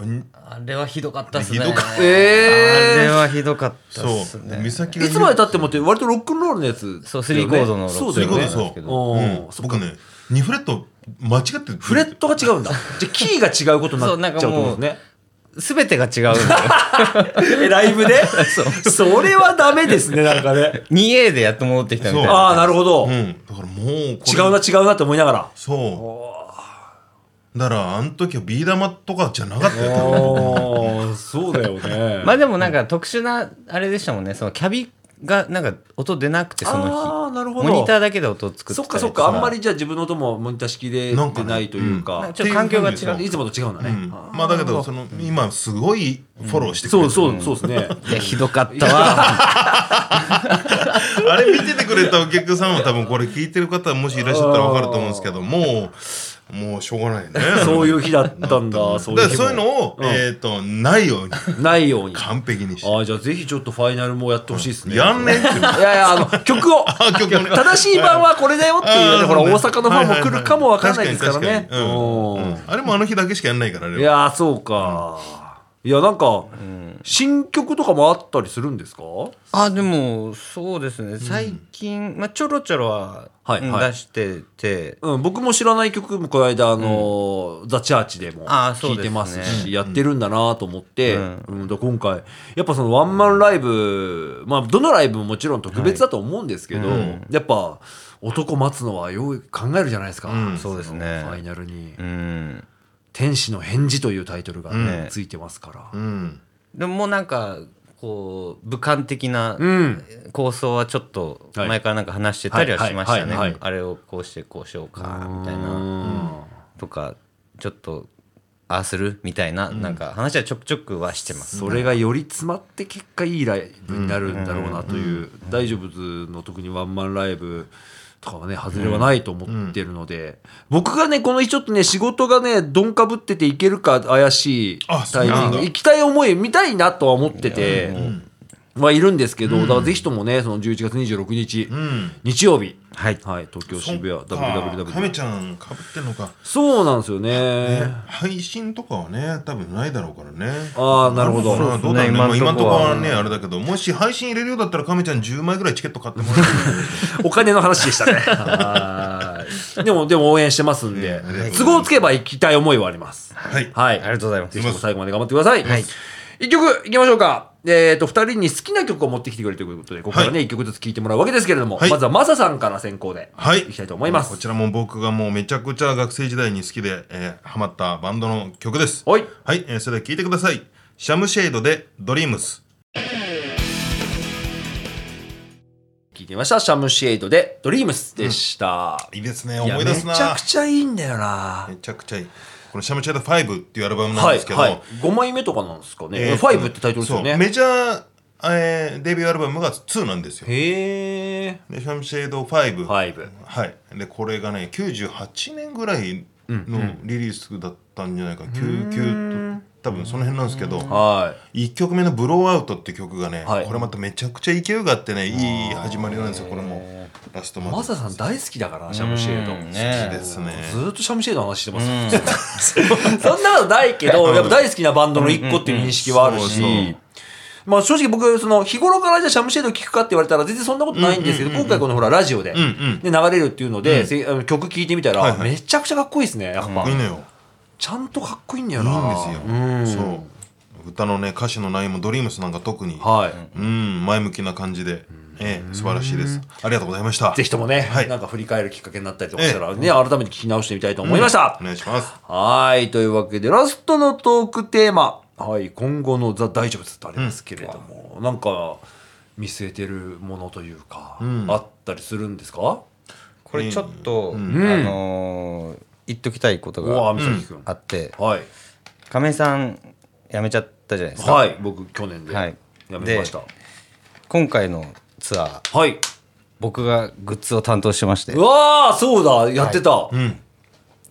Speaker 2: ん
Speaker 3: あれはひどかったっすね
Speaker 2: ひどかっ
Speaker 1: え
Speaker 3: あれ
Speaker 1: え
Speaker 3: はひどかったっ
Speaker 2: そ
Speaker 3: す
Speaker 2: う
Speaker 3: ね
Speaker 2: 美咲が
Speaker 1: いつまで経ってもって割とロックンロールのやつですよね。
Speaker 3: そうスリーコードのロックンロ
Speaker 1: そ
Speaker 3: ール
Speaker 1: うだよね。
Speaker 2: スリーコードそう
Speaker 3: ですけど
Speaker 1: うん
Speaker 2: うん、僕ね2フレット間違って
Speaker 1: フレットが違うんだ。じゃあキーが違うことになっ
Speaker 3: そうなん
Speaker 1: ちゃ
Speaker 3: か
Speaker 1: う
Speaker 3: も
Speaker 1: と
Speaker 3: う
Speaker 1: 思うんですね。
Speaker 3: 全てが違うん
Speaker 1: [laughs]
Speaker 3: で
Speaker 1: えライブ
Speaker 3: [laughs]
Speaker 1: でそれはダメですね、なんかね。
Speaker 3: 2A でやっと戻ってきたみたい
Speaker 2: そう
Speaker 1: あ
Speaker 3: な
Speaker 1: あ、なるほど。
Speaker 2: う
Speaker 1: 違
Speaker 2: んだからもうこれ
Speaker 1: うな、違うなって思いながら。
Speaker 2: そうだからあの時はビー玉とかじゃなかったよ多分
Speaker 1: おーそうだよね。
Speaker 3: まあでもなんか特殊なあれでしたもんねそのキャビがなんか音出なくてその
Speaker 1: あーなる
Speaker 3: 日
Speaker 1: ほ
Speaker 3: モ
Speaker 1: ど
Speaker 3: ニターだけで音を作ってたり
Speaker 1: そっ
Speaker 3: と
Speaker 1: かそっかあんまりじゃあ自分の音もモニター式で
Speaker 2: なんか
Speaker 1: 出
Speaker 2: ね
Speaker 1: ないというか,、
Speaker 3: ちょっと環境が違う
Speaker 2: って
Speaker 1: いつもと違うんだね、
Speaker 2: うん
Speaker 1: あー
Speaker 2: まあだけどその今すごいフォローしてく
Speaker 1: そ
Speaker 2: れ
Speaker 1: う
Speaker 2: てる
Speaker 1: そうそうですね
Speaker 3: いやひどかったわ
Speaker 2: あれ見ててくれたお客さんは多分これ聞いてる方もしいらっしゃったら分かると思うんですけど
Speaker 1: [laughs]
Speaker 2: もうもうしょうがないね
Speaker 1: そういう日だったんだそうい
Speaker 2: だ
Speaker 1: う
Speaker 2: から
Speaker 1: 日
Speaker 2: そういうの
Speaker 1: も
Speaker 2: を、えっ、とないように
Speaker 1: ないようにあ
Speaker 2: 完璧にして
Speaker 1: あじゃあぜひちょっとファイナルもやってほしいですね、
Speaker 2: やんねんっていう
Speaker 1: いやいやあの曲を
Speaker 2: 曲をね
Speaker 1: 正しい版はこれだよっていうね
Speaker 2: あー
Speaker 1: ほら
Speaker 2: そうね
Speaker 1: 大阪のファンも来るかもわからないですから
Speaker 2: はいはい
Speaker 1: ね
Speaker 2: はい確かに確か
Speaker 1: お
Speaker 2: にうん
Speaker 1: ー
Speaker 2: うんあれもあの日だけしかやんないからあれはい
Speaker 1: やーそうか、いやなんか、新曲とかもあったりするんですか
Speaker 3: あでもそうですね最近、まあ、ちょろちょろは、
Speaker 1: はい
Speaker 3: うん
Speaker 1: はい
Speaker 3: 出してて
Speaker 1: うん、僕も知らない曲もこの間、あのーザ・チャーチでも
Speaker 3: あーそ
Speaker 1: 聴
Speaker 3: う
Speaker 1: い
Speaker 3: です
Speaker 1: て
Speaker 3: ね
Speaker 1: ますしやってるんだなと思って、う
Speaker 3: うんん
Speaker 1: だから今回やっぱそのワンマンライブ、まあ、どのライブももちろん特別だと思うんですけど、やっぱ男待つのはよく考えるじゃないですか、
Speaker 2: うん
Speaker 3: そうですね
Speaker 1: ファイナルに
Speaker 3: うん
Speaker 1: 「天使の返事」というタイトルがね、
Speaker 3: うん
Speaker 1: ついてますから。
Speaker 2: うん
Speaker 3: でももうなんかこう武漢的な
Speaker 1: うん
Speaker 3: 構想はちょっと
Speaker 1: はい
Speaker 3: 前からなんか話してたりはしました
Speaker 1: はいはいはいは
Speaker 3: ね
Speaker 1: い
Speaker 3: あれをこうしてこうしようかみたいうなんとかちょっとああするみたいななんか話はちょくちょくはしてます
Speaker 1: それがより詰まって結果いいライブになるんだろうなという大丈夫ズの特にワンマンライブとかはね外れはないと思ってるので僕がねこの日ちょっとね仕事がねどんかぶってていけるか怪しい
Speaker 2: あそ
Speaker 1: タ
Speaker 2: う
Speaker 1: イミ
Speaker 2: なんだ
Speaker 1: ング行きたい思い見たいなとは思っててはいるんですけどだからぜひともねその11月26日
Speaker 2: うん
Speaker 1: 日曜日
Speaker 3: はい
Speaker 1: はい東京渋谷
Speaker 2: そっか亀
Speaker 1: WWW
Speaker 2: ちゃんかぶってんのか
Speaker 1: そうなんですよ
Speaker 2: ね
Speaker 1: ね
Speaker 2: 配信とかはね多分ないだろうからね
Speaker 1: あーなるほど
Speaker 2: んかなどうだろうね
Speaker 3: そう
Speaker 2: まあ
Speaker 3: ですね
Speaker 2: 今
Speaker 3: 今
Speaker 2: ん
Speaker 3: ん
Speaker 2: と
Speaker 3: と
Speaker 2: こ
Speaker 3: こ
Speaker 2: は
Speaker 3: は
Speaker 2: ねあれだけどもし配信入れるようだったら亀ちゃん10枚ぐらいチケット買って
Speaker 1: [laughs]
Speaker 2: もらえ
Speaker 1: お金の話でした
Speaker 2: [laughs]
Speaker 1: ね。はいでも、でも応援してますんで
Speaker 2: ええありがとうござい、ます
Speaker 1: 都合つけば行きたい思いはあります。
Speaker 2: るはい
Speaker 1: はい。
Speaker 3: ありがとうございます
Speaker 1: ぜひとも最後まで頑張ってください。
Speaker 3: はい
Speaker 1: 一曲いきましょうか。えっ、と、二人に好きな曲を持ってきてくれるということで、ここからね、一、曲ずつ聴いてもらうわけですけれども、
Speaker 2: はい
Speaker 1: まずはマサさんから先行で、
Speaker 2: はい
Speaker 1: きたいと思います
Speaker 2: こちらも僕がもうめちゃくちゃ学生時代に好きで、えーハマったバンドの曲です
Speaker 1: はい
Speaker 2: はい、えーそれでは聴いてくださいシャムシェードでドリームス
Speaker 1: 聴いてみました。シャムシエイドで、ドリームスでした。
Speaker 2: いいですね
Speaker 1: いや
Speaker 2: 思い出すな
Speaker 1: めちゃくちゃいいんだよな
Speaker 2: め。ちゃくちゃいいこのシャムシェード5っていうアルバムなん
Speaker 1: はい、
Speaker 2: ですけど、
Speaker 1: はい。5枚目とかなんですかね。
Speaker 2: えー
Speaker 1: ファイブってタイトルですよ
Speaker 2: そう
Speaker 1: ね。
Speaker 2: メジャー、えーデビューアルバムが2なんですよ
Speaker 1: へえ。
Speaker 2: でシャムシェード5
Speaker 1: 5
Speaker 2: はいでこれがね98年ぐらいのリリースだったんじゃないか、99と多分その辺なんですけど
Speaker 1: は
Speaker 2: 1曲目の「ブローアウト」って曲がね、
Speaker 1: はい
Speaker 2: これまためちゃくちゃ勢いがあってねいい始まりなんですよこれもラスト
Speaker 1: い。
Speaker 2: まで
Speaker 1: マサさん大好きだからな、シャムシエイド。
Speaker 3: うんね
Speaker 2: 好きですね
Speaker 1: ずーっとシャムシェードの話して [laughs] ますよ、 [laughs] そんなことないけどやっぱ大好きなバンドの一個っていう認識はあるし、
Speaker 2: うんうんうんそうそう
Speaker 1: まあ、正直僕その日頃からじゃあシャムシェード聞くかって言われたら全然そんなことないんですけど、今回このほらラジオで,、
Speaker 2: ん
Speaker 1: で流れるっていうので、せあの曲聴いてみたら、
Speaker 2: はいはい
Speaker 1: めちゃくちゃかっこいいですねやっぱ、
Speaker 2: いいのよ
Speaker 1: ちゃんとかっこいいんだよ
Speaker 2: いい
Speaker 1: なん
Speaker 2: ですよ、
Speaker 1: うん
Speaker 2: そう歌のね歌詞の内容も「ドリームスなんか特に、
Speaker 1: はい、
Speaker 2: うん前向きな感じで、ええ素晴らしいですありがとうございました
Speaker 1: ぜひともね、
Speaker 2: はい
Speaker 1: なんか振り返るきっかけになったりとかしたらね、改めて聞き直してみたいと思いました、
Speaker 2: お願いします
Speaker 1: はい。というわけで、ラストのトークテーマ。はい。今後のザ・大丈夫ですとありますけれども、なんか、見据えてるものというか、
Speaker 2: ん
Speaker 1: あったりするんですか
Speaker 3: これちょっと、
Speaker 2: うん
Speaker 3: あのー言っときたいこと
Speaker 1: おわ、
Speaker 3: が
Speaker 1: 美咲くん。
Speaker 3: あって
Speaker 1: はい。
Speaker 3: 亀井さん辞めちゃったじゃないですか、
Speaker 1: はい。僕、去年で、
Speaker 3: は
Speaker 1: や
Speaker 3: い
Speaker 1: めました。
Speaker 3: 今回のツアー
Speaker 1: はい。
Speaker 3: 僕がグッズを担当してまして
Speaker 1: うわー、そうだ。やってた。
Speaker 2: ん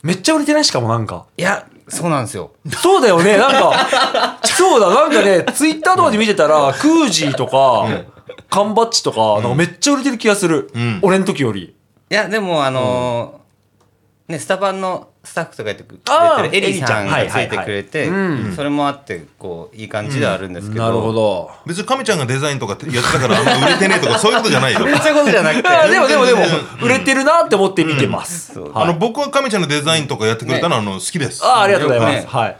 Speaker 1: めっちゃ売れてないしかもなんか。
Speaker 3: いやそうなんですよ
Speaker 1: そうだよね。なんか、そうだ。なんかね、ツイッターとかで見てたら、クージーとか、缶バッジとか、なんかめっちゃ売れてる気がする。
Speaker 2: ん
Speaker 1: 俺の時より。
Speaker 3: いやでもあのーねスタバンのスタッフとかやってくれ
Speaker 1: あー
Speaker 3: てるエリーさん
Speaker 1: エ
Speaker 3: が
Speaker 1: リ
Speaker 3: つ
Speaker 1: ちゃん
Speaker 3: いてくれて
Speaker 1: はいはいは
Speaker 3: それもあってこういい感じではあるんですけど、
Speaker 1: なるほど。
Speaker 2: 別に亀ちゃんがデザインとかってやってたからあんま売れてねえとかそういうことじゃないよ
Speaker 3: めっちゃことじゃなくて
Speaker 1: あでもでもでも
Speaker 2: 全然、
Speaker 1: 売れてるなって思って見てます。
Speaker 3: うんそう
Speaker 1: はい
Speaker 2: あの僕は亀ちゃんのデザインとかやってくれたのは、あの好きです
Speaker 1: あありがとうございます。
Speaker 3: ね
Speaker 1: はい。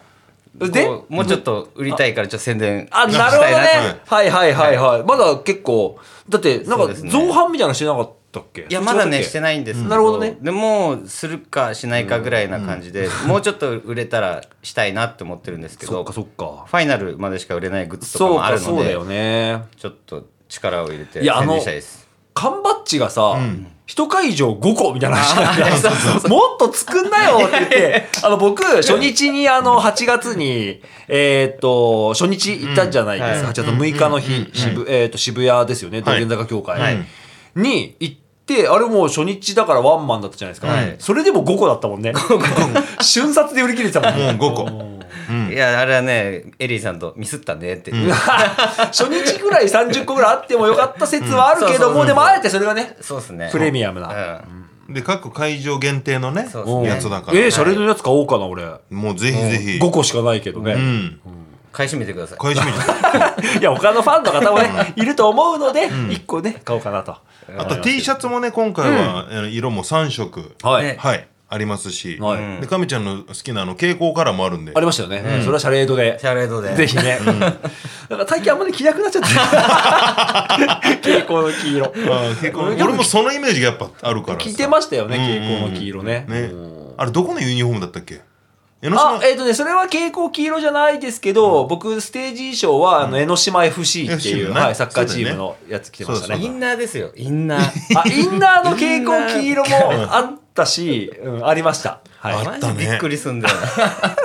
Speaker 1: [laughs] で、
Speaker 3: こうもうちょっと売りたいからちょっと宣伝
Speaker 1: あ、なるほどね
Speaker 3: したいなと。
Speaker 1: はいはいはいはい。まだ結構、だって、なん
Speaker 3: そ
Speaker 1: か
Speaker 3: うですね
Speaker 1: 造反みたいなのしてなかったっけ
Speaker 3: いやまだねして
Speaker 1: い。
Speaker 3: ないんですけど
Speaker 1: なるほどね
Speaker 3: でもするかしないかぐらいな感じで、もうちょっと売れたらしたいなって思ってるんですけ
Speaker 1: そ
Speaker 3: ど
Speaker 1: っかそっか。
Speaker 3: ファイナルまでしか売れないグッズとか
Speaker 1: そう
Speaker 3: もあ
Speaker 1: か、
Speaker 3: るの
Speaker 1: そうだ
Speaker 3: で
Speaker 1: よね。
Speaker 3: ちょっと力を入れて
Speaker 1: いやあ
Speaker 3: 宣
Speaker 1: の
Speaker 3: 伝したいです
Speaker 1: 缶バッジがさ、一会場5個みたいな話
Speaker 3: あーそうそうそ
Speaker 1: もっと作んなよって言
Speaker 3: [laughs]
Speaker 1: って、あの、僕、初日に、あの、8月に、えーっと、初日行ったじゃないですか。
Speaker 3: うん
Speaker 1: 8月6日の日、渋、えーっと、渋谷ですよね、道
Speaker 2: はい
Speaker 1: 玄坂協会、
Speaker 3: はい
Speaker 1: に行って、あれもう初日だからワンマンだったじゃないですか。
Speaker 3: はい
Speaker 1: それでも5個だったもんね。瞬殺で売り切れてたもんね。
Speaker 2: もう5個
Speaker 3: いやあれはねエリーさんとミスったねって、
Speaker 1: 初日ぐらい30個ぐらいあってもよかった説はあるけども、
Speaker 3: うん
Speaker 1: でもあえてそれがね、
Speaker 3: そうですね
Speaker 1: プレミアムな。
Speaker 3: な、うん
Speaker 2: で各会場限定のね
Speaker 3: そうですね
Speaker 2: やつだか
Speaker 1: えー、
Speaker 2: ら
Speaker 1: シャレのやつ買おうかな、俺。
Speaker 2: もうぜひぜひ
Speaker 1: 5個しかないけどね。
Speaker 2: うん
Speaker 3: 買い占めてください
Speaker 2: 買い占めに
Speaker 1: [laughs] いや、他のファンの方もね、いると思うので、1個ね、買おうかなと。
Speaker 2: あと T シャツもね今回はえー色も3色
Speaker 1: はい。
Speaker 3: ね
Speaker 2: はいありますし
Speaker 1: はい
Speaker 2: で亀ちゃんの好きなあの蛍光カラーもあるんで
Speaker 1: ありましたよね。それはシャレードで
Speaker 3: シ。ャレードで
Speaker 1: ぜひね。なんか最近あんまり着なくなっちゃった。蛍光の黄色。
Speaker 2: あー蛍光俺もそのイメージがやっぱあるからさ
Speaker 1: 着てましたよね、
Speaker 2: うん
Speaker 1: 蛍光の黄色ね。
Speaker 2: ね
Speaker 1: うん
Speaker 2: あれどこのユニフォームだったっけ江ノ
Speaker 1: あ
Speaker 2: 島、
Speaker 1: えっ、とね、それは蛍光黄色じゃないですけど、僕、ステージ衣装は、あの、江ノ島 FC っていう、
Speaker 2: FC ね
Speaker 1: はい、サッカーチームのやつ着てましたね。
Speaker 2: そうだ
Speaker 3: イ
Speaker 2: よ
Speaker 3: ンナーですよインナ
Speaker 1: [laughs]
Speaker 3: ー
Speaker 1: あ、インナーの蛍光黄色もあったし、うん、ありました。はい。
Speaker 2: あったね
Speaker 3: マジ [laughs] びっくりすんだよな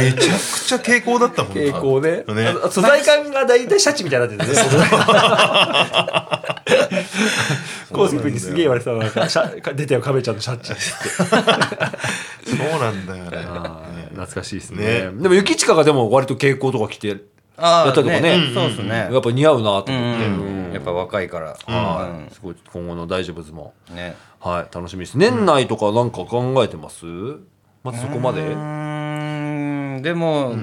Speaker 2: めちゃくちゃ蛍光だったもんな
Speaker 1: 蛍光ね
Speaker 2: ね
Speaker 1: あ素材感が大体シャチみたいになって
Speaker 3: [laughs]
Speaker 1: るね [laughs] コース君にすげえ言われてたのなんかシャ出てよ亀ちゃんのシャ
Speaker 3: [laughs]
Speaker 1: チって
Speaker 2: そうなんだよあ
Speaker 1: 懐かしいです
Speaker 2: ね
Speaker 1: ねでも雪近がでも割と蛍光とか着てや
Speaker 3: あ
Speaker 1: っ
Speaker 3: ー
Speaker 1: たとかね
Speaker 3: そうですね
Speaker 1: やっぱ似合うなと
Speaker 3: う
Speaker 1: 思って
Speaker 3: んやっぱ若いから
Speaker 1: はいすごい今後の大丈夫ズも
Speaker 3: うんね
Speaker 1: はい楽しみです年内とかなんか考えてますまずそこまで
Speaker 3: うーんでも、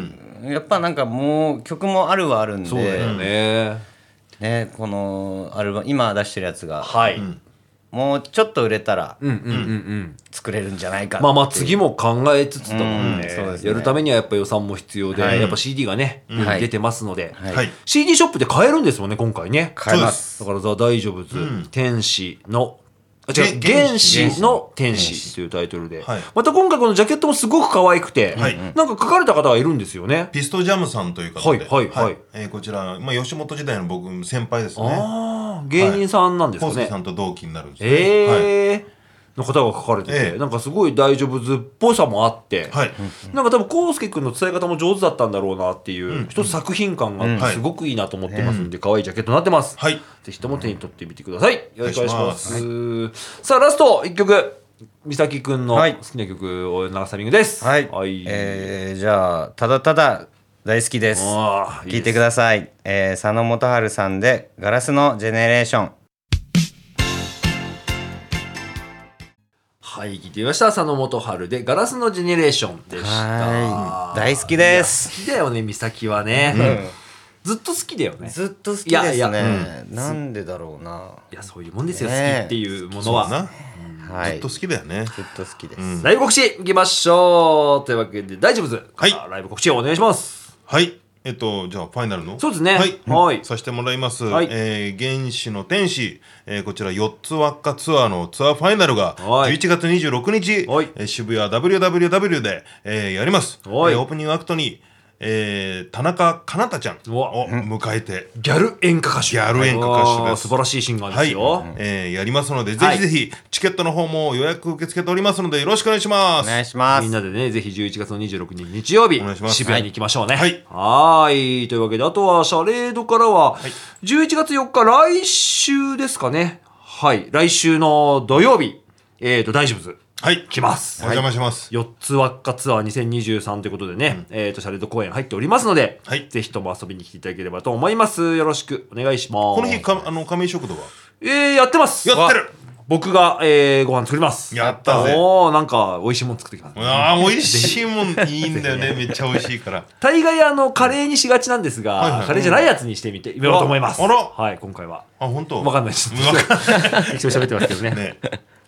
Speaker 3: やっぱなんかもう曲もあるはあるんで
Speaker 1: そうだよね
Speaker 3: ね、このアルバム今出してるやつが
Speaker 1: はい
Speaker 3: もうちょっと売れたら
Speaker 1: うんうんうんうん
Speaker 3: 作れるんじゃないかっていう
Speaker 1: まあまあ次も考えつつだもんね,、
Speaker 3: うんそうですね
Speaker 1: やるためにはやっぱ予算も必要で、
Speaker 3: はい
Speaker 1: やっぱ CD がね、
Speaker 3: はい
Speaker 1: 出てますので、
Speaker 3: はい
Speaker 2: はい、
Speaker 1: CD ショップで買えるんですもんね今回ね
Speaker 3: 買えます
Speaker 1: だから「ザ・大丈夫ズ、天使の」あ違う「
Speaker 2: げ
Speaker 1: 原始の天使」というタイトルで、
Speaker 2: はい
Speaker 1: また今回このジャケットもすごく可愛くて、
Speaker 2: はい
Speaker 1: なんか書かれた方がいるんですよね、
Speaker 2: ピストジャムさんという方で、
Speaker 1: はいはいはい
Speaker 2: えーこちら、まあ、吉本時代の僕先輩ですね
Speaker 1: ああ芸人さんなんです
Speaker 2: 浩
Speaker 1: か
Speaker 2: 介
Speaker 1: ね、
Speaker 2: さんと同期になるんです
Speaker 1: え
Speaker 2: はい
Speaker 1: えの方が書かれてて、
Speaker 2: ええ
Speaker 1: なんかすごい大丈夫ずっぽさもあって、
Speaker 2: はい
Speaker 1: なんか多分コウスケ君の伝え方も上手だったんだろうなっていう一つ作品感があってすごくいいなと思ってますんで可愛いジャケットになってます、
Speaker 2: はい
Speaker 1: ぜひとも手に取ってみてくださいよろしくお願いします
Speaker 2: お
Speaker 1: さあラスト1曲美咲君の好
Speaker 3: はい
Speaker 1: きな曲を流すタイミングです
Speaker 3: はい、
Speaker 1: はい、
Speaker 3: えーじゃあただただ大好きです
Speaker 1: ああ
Speaker 3: 聞いてくださいえー佐野元春さんで「ガラスのジェネレーション
Speaker 1: はい聞いてみました佐野元春で「ガラスのジェネレーション」で」した
Speaker 3: はい大好きです
Speaker 1: 好きだよね美咲はね、ずっと好きだよね
Speaker 3: ずっと好き
Speaker 1: い
Speaker 3: で
Speaker 1: や
Speaker 3: す
Speaker 1: いや
Speaker 3: ねなんでだろうない
Speaker 1: やそういうもんですよ、
Speaker 3: ねえ
Speaker 1: 好きっていうもの
Speaker 2: そう
Speaker 1: は
Speaker 2: だな、
Speaker 3: はい
Speaker 2: ずっと好きだよね
Speaker 3: ずっと好きです
Speaker 1: ライブ告知いきましょうというわけで大丈夫です
Speaker 2: はい
Speaker 1: ライブ告知をお願いします
Speaker 2: はいえっとじゃあファイナルの
Speaker 1: そうですね
Speaker 2: はい、
Speaker 1: はい
Speaker 2: させてもらいます、
Speaker 1: はい
Speaker 2: えー原始の天使、えーこちら4つ輪っかツアーのツアーファイナルが
Speaker 1: はい
Speaker 2: 11月26日、
Speaker 1: はい
Speaker 2: えー渋谷 WWW で、えーやります、え
Speaker 1: はい
Speaker 2: ーオープニングアクトに、えー田中かなたちゃん
Speaker 1: うわ
Speaker 2: を迎えて
Speaker 1: ギャル演歌歌手
Speaker 2: ギャル演歌歌手です
Speaker 1: あー素晴らしいシンガー
Speaker 2: は
Speaker 1: です
Speaker 2: い
Speaker 1: よ、、
Speaker 2: えーやりますので、ぜ
Speaker 1: はい
Speaker 2: ひぜひ、チケットの方も予約受け付けておりますので、よろしくお願いしま
Speaker 3: お
Speaker 2: す。
Speaker 3: 願いしま
Speaker 1: みん
Speaker 3: す
Speaker 1: なでねぜひ11月の26日日曜日
Speaker 2: お願いします
Speaker 1: 渋谷に行きましょうね
Speaker 2: はい
Speaker 1: はーいというわけであとはシャレードからは11月4日来週ですかねはい来週の土曜日えーと大丈夫です
Speaker 2: はい、
Speaker 1: 来ます
Speaker 2: お邪魔します。
Speaker 1: 4つ輪っかツアー2023ということでね、えっ、と、シャレード公演入っておりますので、
Speaker 2: はい
Speaker 1: ぜひとも遊びに来ていただければと思います。よろしくお願いします。
Speaker 2: この日、かあの、亀井食堂は
Speaker 1: えー、やってます
Speaker 2: やってる
Speaker 1: 僕が、えー、ご飯作ります。
Speaker 2: やったぜ
Speaker 1: おー、なんか、美味しいもん作ってきます。
Speaker 2: ああ、美味しいもん、いいんだよね。めっちゃ美味しいから。
Speaker 1: 大概、あの、カレーにしがちなんですが、
Speaker 2: はいはい
Speaker 1: カレーじゃないやつにしてみて、みようと思います。
Speaker 2: あら
Speaker 1: はい、今回は。
Speaker 2: あ、本当。
Speaker 1: わかんないです。
Speaker 2: わかんな
Speaker 1: [laughs]
Speaker 2: い
Speaker 1: 一応喋ってますけどね。
Speaker 2: ね。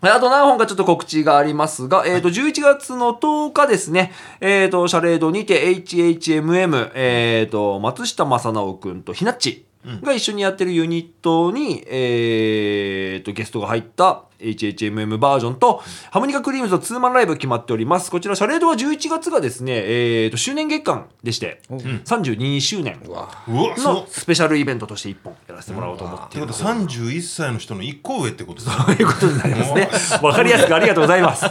Speaker 1: あと何本かちょっと告知がありますが、えっ、と、11月の10日ですね、えっ、と、シャレードにて HHMM、えっ、と、松下正直くんとひなっち。が一緒にやってるユニットに、えー、とゲストが入った HHMM バージョンと、ハムニカクリームズのツーマンライブ決まっておりますこちらシャレードは11月がですね、えー、と周年月間でして、32周年
Speaker 2: うわそう
Speaker 1: のスペシャルイベントとして1本やらせてもらおうと思っ
Speaker 2: ってて
Speaker 1: い
Speaker 2: こ
Speaker 1: る
Speaker 2: とは31歳の人の1個上ってことだ
Speaker 1: ということになりますね。わかりやすくありがとうございます。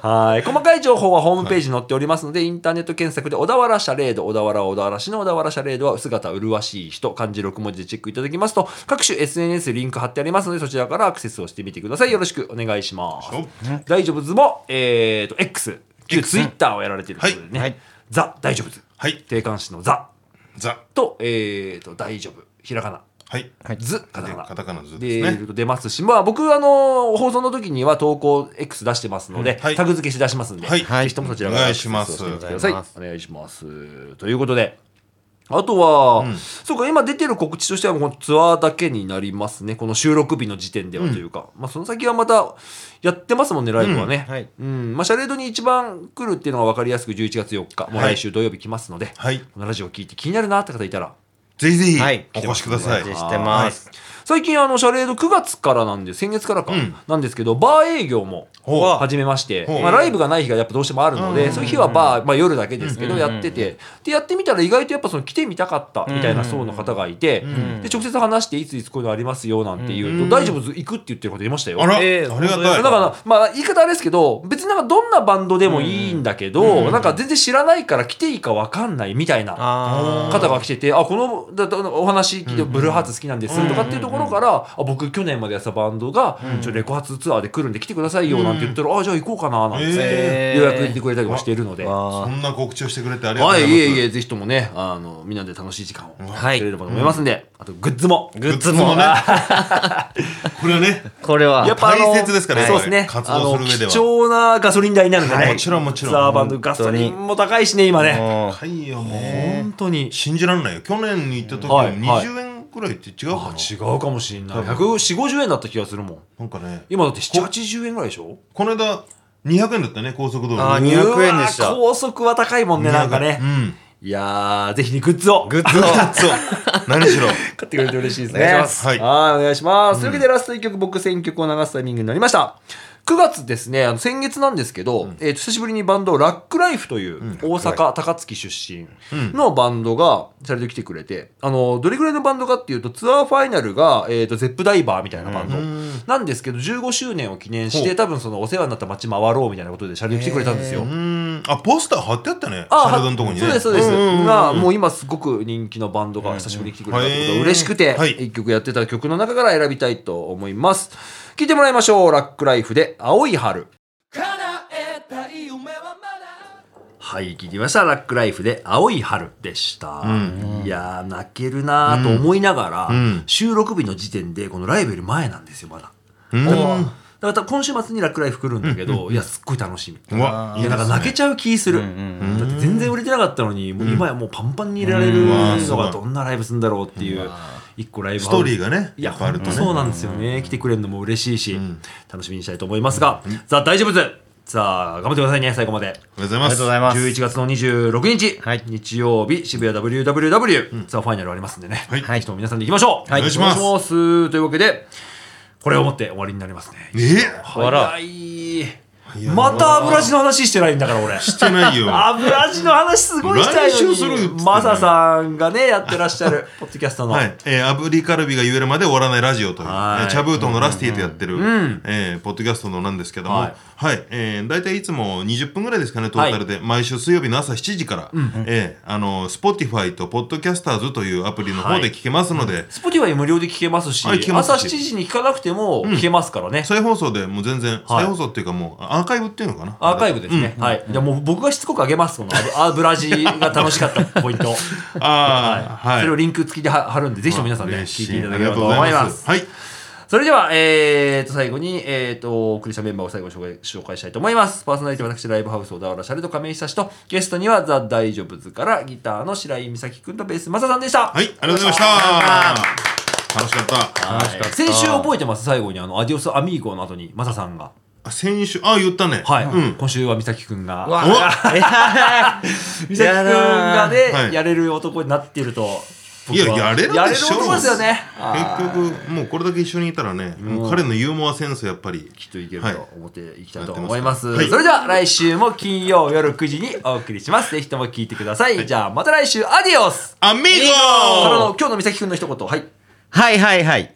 Speaker 1: はい。細かい情報はホームページに載っておりますので、インターネット検索で、小田原シャレード、小田原は小田原市の小田原シャレードは、姿麗しい人、漢字6文字でチェックいただきますと、各種 SNS リンク貼ってありますので、そちらからアクセスをしてみてください。よろしくお願いします
Speaker 2: お。
Speaker 1: 大丈夫ズも、えーと、X、旧 Twitter をやられているということでね、
Speaker 3: はいはい
Speaker 1: ザ、大丈夫ズ、
Speaker 2: はい
Speaker 1: 定冠詞のザ
Speaker 2: ザ
Speaker 1: と、えーと、大丈夫、ひらがな。
Speaker 2: はい
Speaker 1: ズカタカナ
Speaker 2: カタカナズ
Speaker 1: で
Speaker 2: ですね
Speaker 1: 出ますし、まあ、僕あの放送の時には投稿 X 出してますので、
Speaker 2: はい
Speaker 1: タグ付けし出しますんで、
Speaker 2: はい
Speaker 1: ぜひともそちらから
Speaker 2: お願いします
Speaker 1: アクセスをしてみて
Speaker 3: お願いします
Speaker 1: くださいお願いしますということであとは、そうか今出てる告知としてはこのツアーだけになりますねこの収録日の時点ではというか、まあ、その先はまたやってますもんねライブはね、
Speaker 3: うんはい
Speaker 1: うんまあ、シャレードに一番来るっていうのが分かりやすく11月4日、もう
Speaker 2: はい
Speaker 1: 来週土曜日来ますので、
Speaker 2: はい
Speaker 1: このラジオ聞いて気になるなって方いたら
Speaker 2: ぜひぜひ
Speaker 3: はい
Speaker 2: お越しください
Speaker 3: お待ちしてます。
Speaker 1: 最近あのシャレード9月からなんで先月からか、
Speaker 2: うん
Speaker 1: なんですけどバー営業も
Speaker 2: ほう
Speaker 1: 始めまして、
Speaker 2: ほう
Speaker 1: まあ、ライブがない日がやっぱどうしてもあるので、そういう日はバー、まあ、夜だけですけどやってて、でやってみたら意外とやっぱその来てみたかったみたいな層の方がいて、で直接話していついつこういうのありますよなんて言うと、大丈夫行くって言ってる方いましたよ。
Speaker 2: あらあ
Speaker 3: え
Speaker 2: り
Speaker 3: ー
Speaker 2: がた
Speaker 1: だ
Speaker 2: い
Speaker 1: から、まあ、言い方あれですけど、別になんかどんなバンドでもいいんだけど、なんか全然知らないから来ていいかわかんないみたいな
Speaker 3: あ
Speaker 1: 方が来てて、あ、このだだお話聞いて、ブルーハーツ好きなんですとかっていうところから、あ僕、去年までやってたバンドが、ちょレコ発ツアーで来るんで来てくださいよなんて言ったら、あ、じゃあ行こうかななん
Speaker 2: へ
Speaker 1: て
Speaker 3: え
Speaker 1: 予約入れてくれたりもしているので、は
Speaker 2: そんな告知をしてくれてありがとうござ
Speaker 1: い、
Speaker 2: います
Speaker 1: いえいえ、ぜひともね、あの、みんなで楽しい時間を
Speaker 3: は
Speaker 1: 作
Speaker 3: い
Speaker 1: れればと思いますんで、あとグッズも。
Speaker 3: グッズも
Speaker 2: ね [laughs] これはね
Speaker 3: これは
Speaker 1: やっぱあの
Speaker 2: 大切ですからね
Speaker 1: そうですね。
Speaker 2: 活動する上では
Speaker 1: あの貴重なガソリン代になるんでね。
Speaker 2: はいもちろんもちろん
Speaker 1: ツアーバンド、ガソリンも高いしね、今ね。
Speaker 3: もう
Speaker 2: 高いよね
Speaker 1: 本当に。
Speaker 2: 信じられないよ去年に行った時
Speaker 1: は
Speaker 2: はい
Speaker 1: はい
Speaker 2: 20円くらいって違うか
Speaker 1: あ
Speaker 2: な
Speaker 1: 違うかもしれない。140、50円だった気がするもん。
Speaker 2: なんかね
Speaker 1: 今だって7、80円ぐらいでしょ
Speaker 2: この間200円だったね高速道路
Speaker 3: あー200円でした
Speaker 1: うわー高速は高いもんね、なんかね
Speaker 2: う。ん
Speaker 1: いやー、ぜひにグッズを
Speaker 3: グッズを
Speaker 2: そう何しろ
Speaker 1: 買ってくれて嬉しいですね。
Speaker 3: お願いします
Speaker 2: はい
Speaker 1: はい、お願いします。というわけでラスト1曲、僕選曲を流すタイミングになりました。9月ですね、あの先月なんですけど、えーと久しぶりにバンド、ラックライフという大阪高槻出身のバンドが、それで来てくれて、あの、どれぐらいのバンドかっていうと、ツアーファイナルが、えっ、と、ゼップダイバーみたいなバンドなんですけど、15周年を記念し
Speaker 2: ほ
Speaker 1: て、
Speaker 2: う
Speaker 1: 多分そのお世話になった街回ろうみたいなことで、シャレで来てくれたんですよ。
Speaker 2: うんあポスター貼ってあったね
Speaker 1: あ
Speaker 2: 体のとこにね
Speaker 1: そうですそうです、
Speaker 2: んんん
Speaker 1: がもう今すごく人気のバンドが久しぶりに来てくれたってこと
Speaker 2: へ
Speaker 1: が
Speaker 2: ー
Speaker 1: 嬉しくて、
Speaker 2: はい
Speaker 1: 一曲やってた曲の中から選びたいと思います聴いてもらいましょう「ラックライフ」で「青い春」はい、聞いてみました。ラックライフで青い春でした。いやー、泣けるなーと思いながら、
Speaker 2: ん
Speaker 1: 収録日の時点で、このライブより前なんですよ、まだ。
Speaker 2: うん
Speaker 1: だから、だから今週末にラックライフ来るんだけど、いや、すっごい楽しみ。
Speaker 2: うわ
Speaker 1: いやなんか泣けちゃう気する、だって全然売れてなかったのにもう今やもうパンパンに入れられるのがどんなライブするんだろうっていう一個ライブ
Speaker 2: ストーリーがね
Speaker 1: いや
Speaker 2: っぱあ
Speaker 1: 本
Speaker 2: ると
Speaker 1: 当
Speaker 2: ね
Speaker 1: そうなんですよね、来てくれるのも嬉しいし、楽しみにしたいと思いますが、さあ大丈夫ですさあ頑張ってくださいね最後まで
Speaker 2: おはようございます
Speaker 3: ありがとうございます
Speaker 1: 11月の26日、
Speaker 3: はい
Speaker 1: 日曜日渋谷 WWW、さあファイナルありますんでね、
Speaker 2: はい
Speaker 1: ぜひとも皆さんで行きましょう、
Speaker 3: はい
Speaker 2: お願いします
Speaker 1: お願いしますというわけでこれをもって終わりになりますね
Speaker 2: え
Speaker 3: あら
Speaker 1: 早いまた油地の話してないんだから
Speaker 2: [laughs]
Speaker 1: 俺
Speaker 2: してな
Speaker 1: [laughs]
Speaker 2: いよ
Speaker 1: 油地の話すごいしたい
Speaker 2: 来週する
Speaker 1: の
Speaker 2: っつってんの
Speaker 1: に
Speaker 2: に
Speaker 1: マサさんがねやってらっしゃ
Speaker 2: [laughs]
Speaker 1: るポッドキャストの、
Speaker 2: はい、えー、炙りカルビが言えるまで終わらないラジオという、え
Speaker 1: はい
Speaker 2: ー茶封筒のラスティとやってる、えーポッドキャストのなんですけども、
Speaker 1: は
Speaker 2: はいい、えー、大体いつも20分ぐらいですかね、トータルで、毎週水曜日の朝7時から、えーあの、Spotify と Podcasters というアプリの方で聞けますので、
Speaker 1: Spotify 無料で聞けますし,、
Speaker 2: はい聞けますし
Speaker 1: 朝7時に聞かなくても聞けますからね、
Speaker 2: 再放送でもう全然、
Speaker 1: はい
Speaker 2: 再放送っていうかもうアーカイブっていうのかな。
Speaker 1: アーカイブですね、はいじゃあもう僕がしつこくあげますこの油油地が楽しかったポイン
Speaker 2: [laughs]
Speaker 1: ト
Speaker 2: ああ、はい。
Speaker 1: それをリンク付きで貼貼るんでぜひとも皆さんね
Speaker 2: 嬉
Speaker 1: 聞
Speaker 2: し
Speaker 1: いていただければと思い
Speaker 2: ありが
Speaker 1: ま
Speaker 2: とうござ
Speaker 1: す
Speaker 2: はい。
Speaker 1: それでは、えー、と最後に、えー、とお送りしたメンバーを最後に紹介紹介したいと思います。パーソナリティは私、ライブハウス小田原シャレと亀井久志と、ゲストにはザ・大丈夫ズからギターの白井美咲くんとベース、マサさんでした。
Speaker 2: はい、ありがとうございました。楽しかった。
Speaker 1: はい先週覚えてます、最後にあのアディオス・アミーゴの後にマサさんが。
Speaker 2: あ先週、あ、言ったね。
Speaker 1: はい、
Speaker 2: うん。
Speaker 1: 今週は美咲くんが。
Speaker 3: わ
Speaker 1: 美咲くんがね、
Speaker 2: はい
Speaker 1: やれる男になっていると
Speaker 2: いややれるでしょ
Speaker 1: やれると思いますよねあー
Speaker 2: 結局もうこれだけ一緒にいたらね、もう彼のユーモアセンスやっぱり
Speaker 1: きっといける
Speaker 2: はい
Speaker 1: と思っていきたいと思います,、
Speaker 2: はい
Speaker 1: それでは来週も金曜夜9時にお送りしますぜひとも聞いてください、じゃあまた来週アディオス
Speaker 2: アミーゴ
Speaker 1: その今日の美咲くんの一言はい
Speaker 3: はいはいはい。